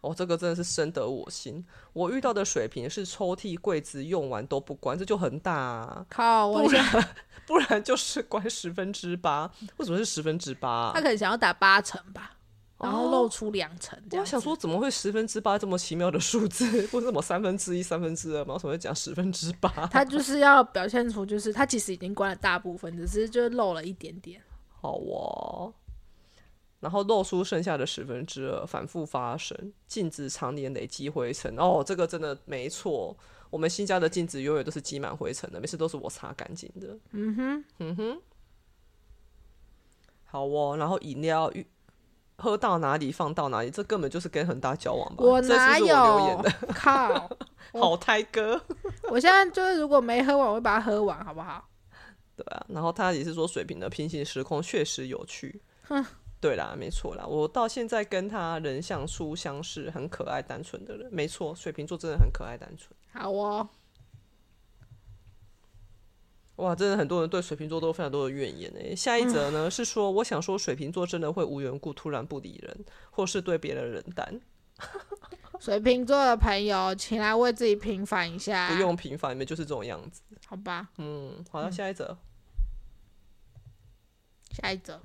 [SPEAKER 2] 哦，这个真的是深得我心。我遇到的水瓶是抽屉、柜子用完都不关，这就很大、啊。
[SPEAKER 1] 靠，我
[SPEAKER 2] 不然不然就是关十分之八。为什么是十分之八
[SPEAKER 1] 他
[SPEAKER 2] 啊？
[SPEAKER 1] 可能想要打八成吧，然后
[SPEAKER 2] 哦
[SPEAKER 1] 露出两成这
[SPEAKER 2] 我
[SPEAKER 1] 样子。
[SPEAKER 2] 想说，怎么会十分之八这么奇妙的数字？ <laughs> 为什么三分之一、三分之二嘛？为什么会讲十分之八？
[SPEAKER 1] 他就是要表现出，就是他其实已经关了大部分，只是就漏了一点点。
[SPEAKER 2] 好哦。然后露出剩下的十分之二，反复发生，镜子常年累积灰尘。哦，这个真的没错。我们新家的镜子永远都是积满灰尘的，每次都是我擦干净的。嗯哼，嗯哼。好哦，然后饮料遇喝到哪里放到哪里，这根本就是跟恒大交往吧？
[SPEAKER 1] 我
[SPEAKER 2] 这
[SPEAKER 1] 哪
[SPEAKER 2] 是不
[SPEAKER 1] 有
[SPEAKER 2] 是我留言的？ <laughs>
[SPEAKER 1] 靠！
[SPEAKER 2] 好胎哥。
[SPEAKER 1] 我现在就是如果没喝完，我会把它喝完，好不好？
[SPEAKER 2] 对啊，然后他也是说水瓶的平行时空确实有趣。对啦，没错啦，我到现在跟他人相处相识，很可爱单纯的人，没错，水瓶座真的很可爱单纯。
[SPEAKER 1] 好哦，
[SPEAKER 2] 哇，真的很多人对水瓶座都有非常多的怨言诶。下一则呢、是说，我想说水瓶座真的会无缘故突然不理人，或是对别人冷淡，
[SPEAKER 1] 水瓶座的朋友，请来为自己平反一下。
[SPEAKER 2] 不，用平凡，你们就是这种样子。
[SPEAKER 1] 好吧。
[SPEAKER 2] 嗯，好了，下一则。
[SPEAKER 1] 下一则，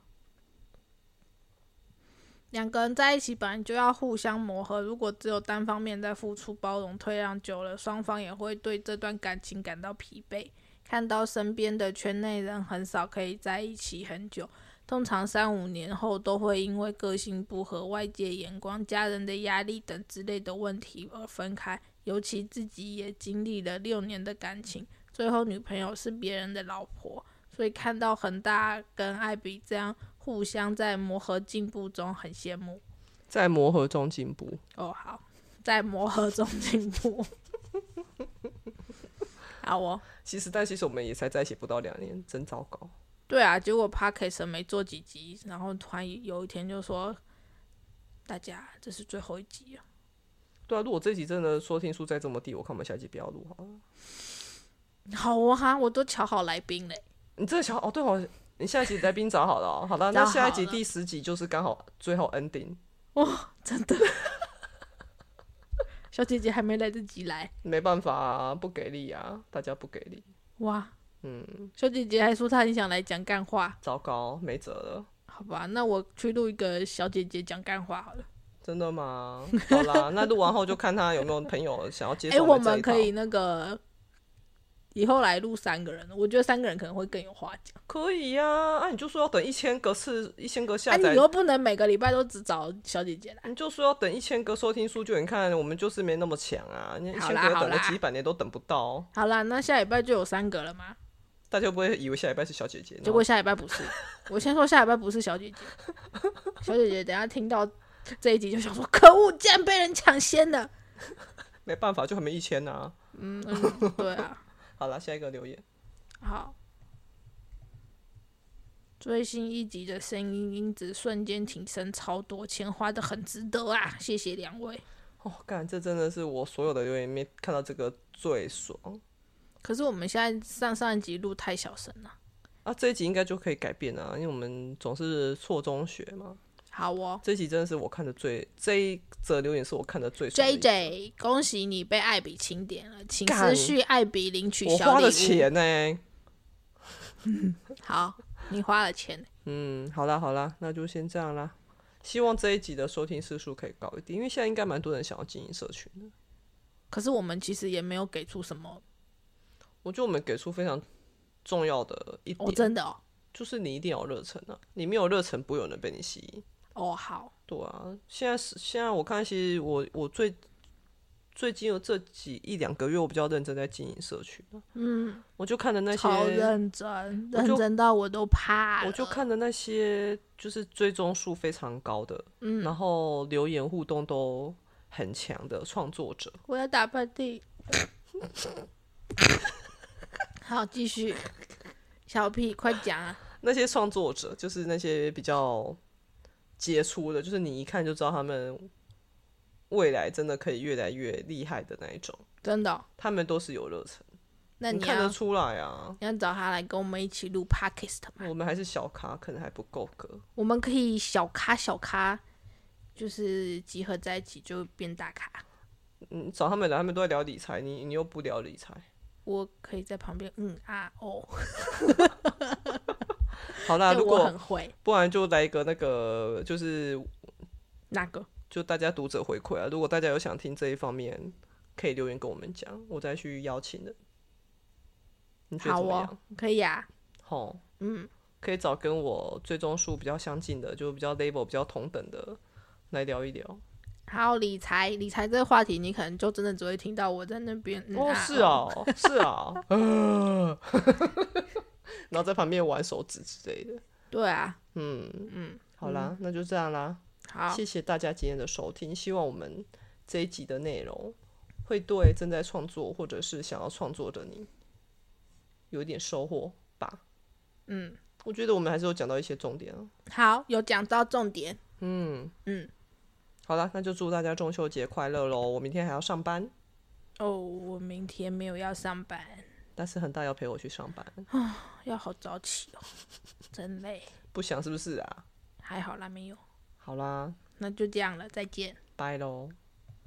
[SPEAKER 1] 两个人在一起本来就要互相磨合，如果只有单方面在付出、包容、退让，久了，双方也会对这段感情感到疲惫。看到身边的圈内人很少可以在一起很久，通常三五年后都会因为个性不合、外界眼光、家人的压力等之类的问题而分开。尤其自己也经历了六年的感情，最后女朋友是别人的老婆，所以看到恒大跟艾比这样互相在磨合进步中，很羡慕。
[SPEAKER 2] 在磨合中进步，
[SPEAKER 1] 哦，好，在磨合中进步。 <laughs> 好哦，
[SPEAKER 2] 其实但其实我们也才在一起不到两年，真糟糕。
[SPEAKER 1] 对啊，结果 p a r k e s 没做几集，然后突然有一天就说：“大家，这是最后一集了。
[SPEAKER 2] 对啊，如果这集真的收听数再这么低，我看我们下集不要录好了。”
[SPEAKER 1] 好哦哈，我都瞧好来宾嘞。
[SPEAKER 2] 你这个想法哦，对哦，你下一集来宾找好了哦、好了，那
[SPEAKER 1] 找
[SPEAKER 2] 下一
[SPEAKER 1] 好
[SPEAKER 2] 集
[SPEAKER 1] 了
[SPEAKER 2] 第十集就是刚好最后 ending。
[SPEAKER 1] 哇、真的。小姐姐还没来得及来，
[SPEAKER 2] 没办法啊，不给力啊，大家不给力，
[SPEAKER 1] 哇，
[SPEAKER 2] 嗯，
[SPEAKER 1] 小姐姐还说她很想来讲干话，
[SPEAKER 2] 糟糕，没辙了，
[SPEAKER 1] 好吧，那我去录一个小姐姐讲干话好了。
[SPEAKER 2] 真的吗？好
[SPEAKER 1] <laughs>
[SPEAKER 2] 啦，那录完后就看他有没有朋友想要接
[SPEAKER 1] 哎、
[SPEAKER 2] 受
[SPEAKER 1] 我
[SPEAKER 2] 这
[SPEAKER 1] 们
[SPEAKER 2] 一套
[SPEAKER 1] 可以那个以后来录三个人，我觉得三个人可能会更有话讲。
[SPEAKER 2] 可以呀、啊，你就说要等一千个次，一千个
[SPEAKER 1] 哎、
[SPEAKER 2] 下载
[SPEAKER 1] 你，又不能每个礼拜都只找小姐姐来，
[SPEAKER 2] 你就说要等一千个收听数据，你看我们就是没那么强啊，你一
[SPEAKER 1] 好
[SPEAKER 2] 千
[SPEAKER 1] 啦
[SPEAKER 2] 个
[SPEAKER 1] 好
[SPEAKER 2] 等个
[SPEAKER 1] 啦
[SPEAKER 2] 几百年都等不到，
[SPEAKER 1] 好啦，那下礼拜就有三个了嘛。
[SPEAKER 2] 大家会不会以为下礼拜是小姐姐？
[SPEAKER 1] 结果下礼拜不是，我先说下礼拜不是小姐姐，小姐姐等一下听到这一集就想说，可恶，竟然被人抢先了。
[SPEAKER 2] 没办法，就还没一千啊。
[SPEAKER 1] 嗯嗯，对啊，
[SPEAKER 2] 好啦，下一个留言，
[SPEAKER 1] 好。最新一集的声音音质瞬间提升超多，钱花的很值得啊！谢谢两位。
[SPEAKER 2] 哦，干，这真的是我所有的留言里面看到这个最爽
[SPEAKER 1] 可是我们现在上上一集录太小声了。
[SPEAKER 2] 啊！这一集应该就可以改变啊，因为我们总是错中学嘛。
[SPEAKER 1] 好哦
[SPEAKER 2] 这一集真的是我看的最，这一则留言是我看的最爽的一
[SPEAKER 1] ，J
[SPEAKER 2] 集
[SPEAKER 1] J，恭喜你被艾比钦点了，请
[SPEAKER 2] 干
[SPEAKER 1] 私讯艾比领取
[SPEAKER 2] 我
[SPEAKER 1] 小
[SPEAKER 2] 花
[SPEAKER 1] 礼
[SPEAKER 2] 的
[SPEAKER 1] 物。
[SPEAKER 2] 钱呢、
[SPEAKER 1] 好，你花了钱，
[SPEAKER 2] 嗯，好啦好啦，那就先这样啦。希望这一集的收听次数可以高一点，因为现在应该蛮多人想要经营社群的。
[SPEAKER 1] 可是我们其实也没有给出什么。
[SPEAKER 2] 我觉得我们给出非常重要的一点，
[SPEAKER 1] 哦，真的哦，
[SPEAKER 2] 就是你一定要有热忱啊！你没有热忱，不会有人被你吸引。
[SPEAKER 1] 哦好，
[SPEAKER 2] 对啊，现在是现在我看，其实我我最最近有这几一两个月，我比较认真在经营社群啊
[SPEAKER 1] 嗯，
[SPEAKER 2] 我就看的那些
[SPEAKER 1] 超认真，
[SPEAKER 2] 我就
[SPEAKER 1] 认真到我都怕了。
[SPEAKER 2] 我就看的那些就是追踪数非常高的，嗯，然后留言互动都很强的创作者，
[SPEAKER 1] 我要打喷嚏。 <laughs> 好，继续，小屁，快讲啊！
[SPEAKER 2] 那些创作者就是那些比较杰出的，就是你一看就知道他们未来真的可以越来越厉害的那一种，
[SPEAKER 1] 真的哦、
[SPEAKER 2] 他们都是有热忱，
[SPEAKER 1] 那
[SPEAKER 2] 你
[SPEAKER 1] 你
[SPEAKER 2] 看得
[SPEAKER 1] 要
[SPEAKER 2] 出来啊。
[SPEAKER 1] 你要找他来跟我们一起录 podcast 吗？
[SPEAKER 2] 我们还是小咖，可能还不够格。
[SPEAKER 1] 我们可以小咖小咖，就是集合在一起就变大咖。
[SPEAKER 2] 嗯，找他们来，他们都在聊理财，你你又不聊理财。
[SPEAKER 1] 我可以在旁边，嗯啊哦，
[SPEAKER 2] 好啦，
[SPEAKER 1] 这
[SPEAKER 2] 如
[SPEAKER 1] 我
[SPEAKER 2] 果
[SPEAKER 1] 很会。
[SPEAKER 2] 不然就来一个那个，就是
[SPEAKER 1] 那个？
[SPEAKER 2] 就大家读者回馈啊。如果大家有想听这一方面，可以留言跟我们讲，我再去邀请人。你觉得
[SPEAKER 1] 好
[SPEAKER 2] 怎么
[SPEAKER 1] 哦
[SPEAKER 2] 样？，
[SPEAKER 1] 可以啊。
[SPEAKER 2] 好、
[SPEAKER 1] 嗯，
[SPEAKER 2] 可以找跟我最终数比较相近的，就比较 level 比较同等的来聊一聊。
[SPEAKER 1] 还有理财，理财这个话题，你可能就真的只会听到我在那边。嗯、
[SPEAKER 2] 哦，
[SPEAKER 1] 啊、
[SPEAKER 2] 是，哦，是哦，呃 <laughs> 然后在旁边玩手指之类的。
[SPEAKER 1] 对啊，
[SPEAKER 2] 嗯
[SPEAKER 1] 嗯，
[SPEAKER 2] 好啦，那就这样啦。
[SPEAKER 1] 好，
[SPEAKER 2] 谢谢大家今天的收听，希望我们这一集的内容会对正在创作或者是想要创作的你有一点收获吧。
[SPEAKER 1] 嗯，
[SPEAKER 2] 我觉得我们还是有讲到一些重点啊。
[SPEAKER 1] 好，有讲到重点。
[SPEAKER 2] 嗯
[SPEAKER 1] 嗯，
[SPEAKER 2] 好啦，那就祝大家中秋节快乐喽！我明天还要上班，
[SPEAKER 1] 哦，我明天没有要上班，
[SPEAKER 2] 但是恒大要陪我去上班，
[SPEAKER 1] 要好早起哦，真累。
[SPEAKER 2] 不想是不是啊？
[SPEAKER 1] 还好啦，没有。
[SPEAKER 2] 好啦，
[SPEAKER 1] 那就这样了，再见。
[SPEAKER 2] 拜喽。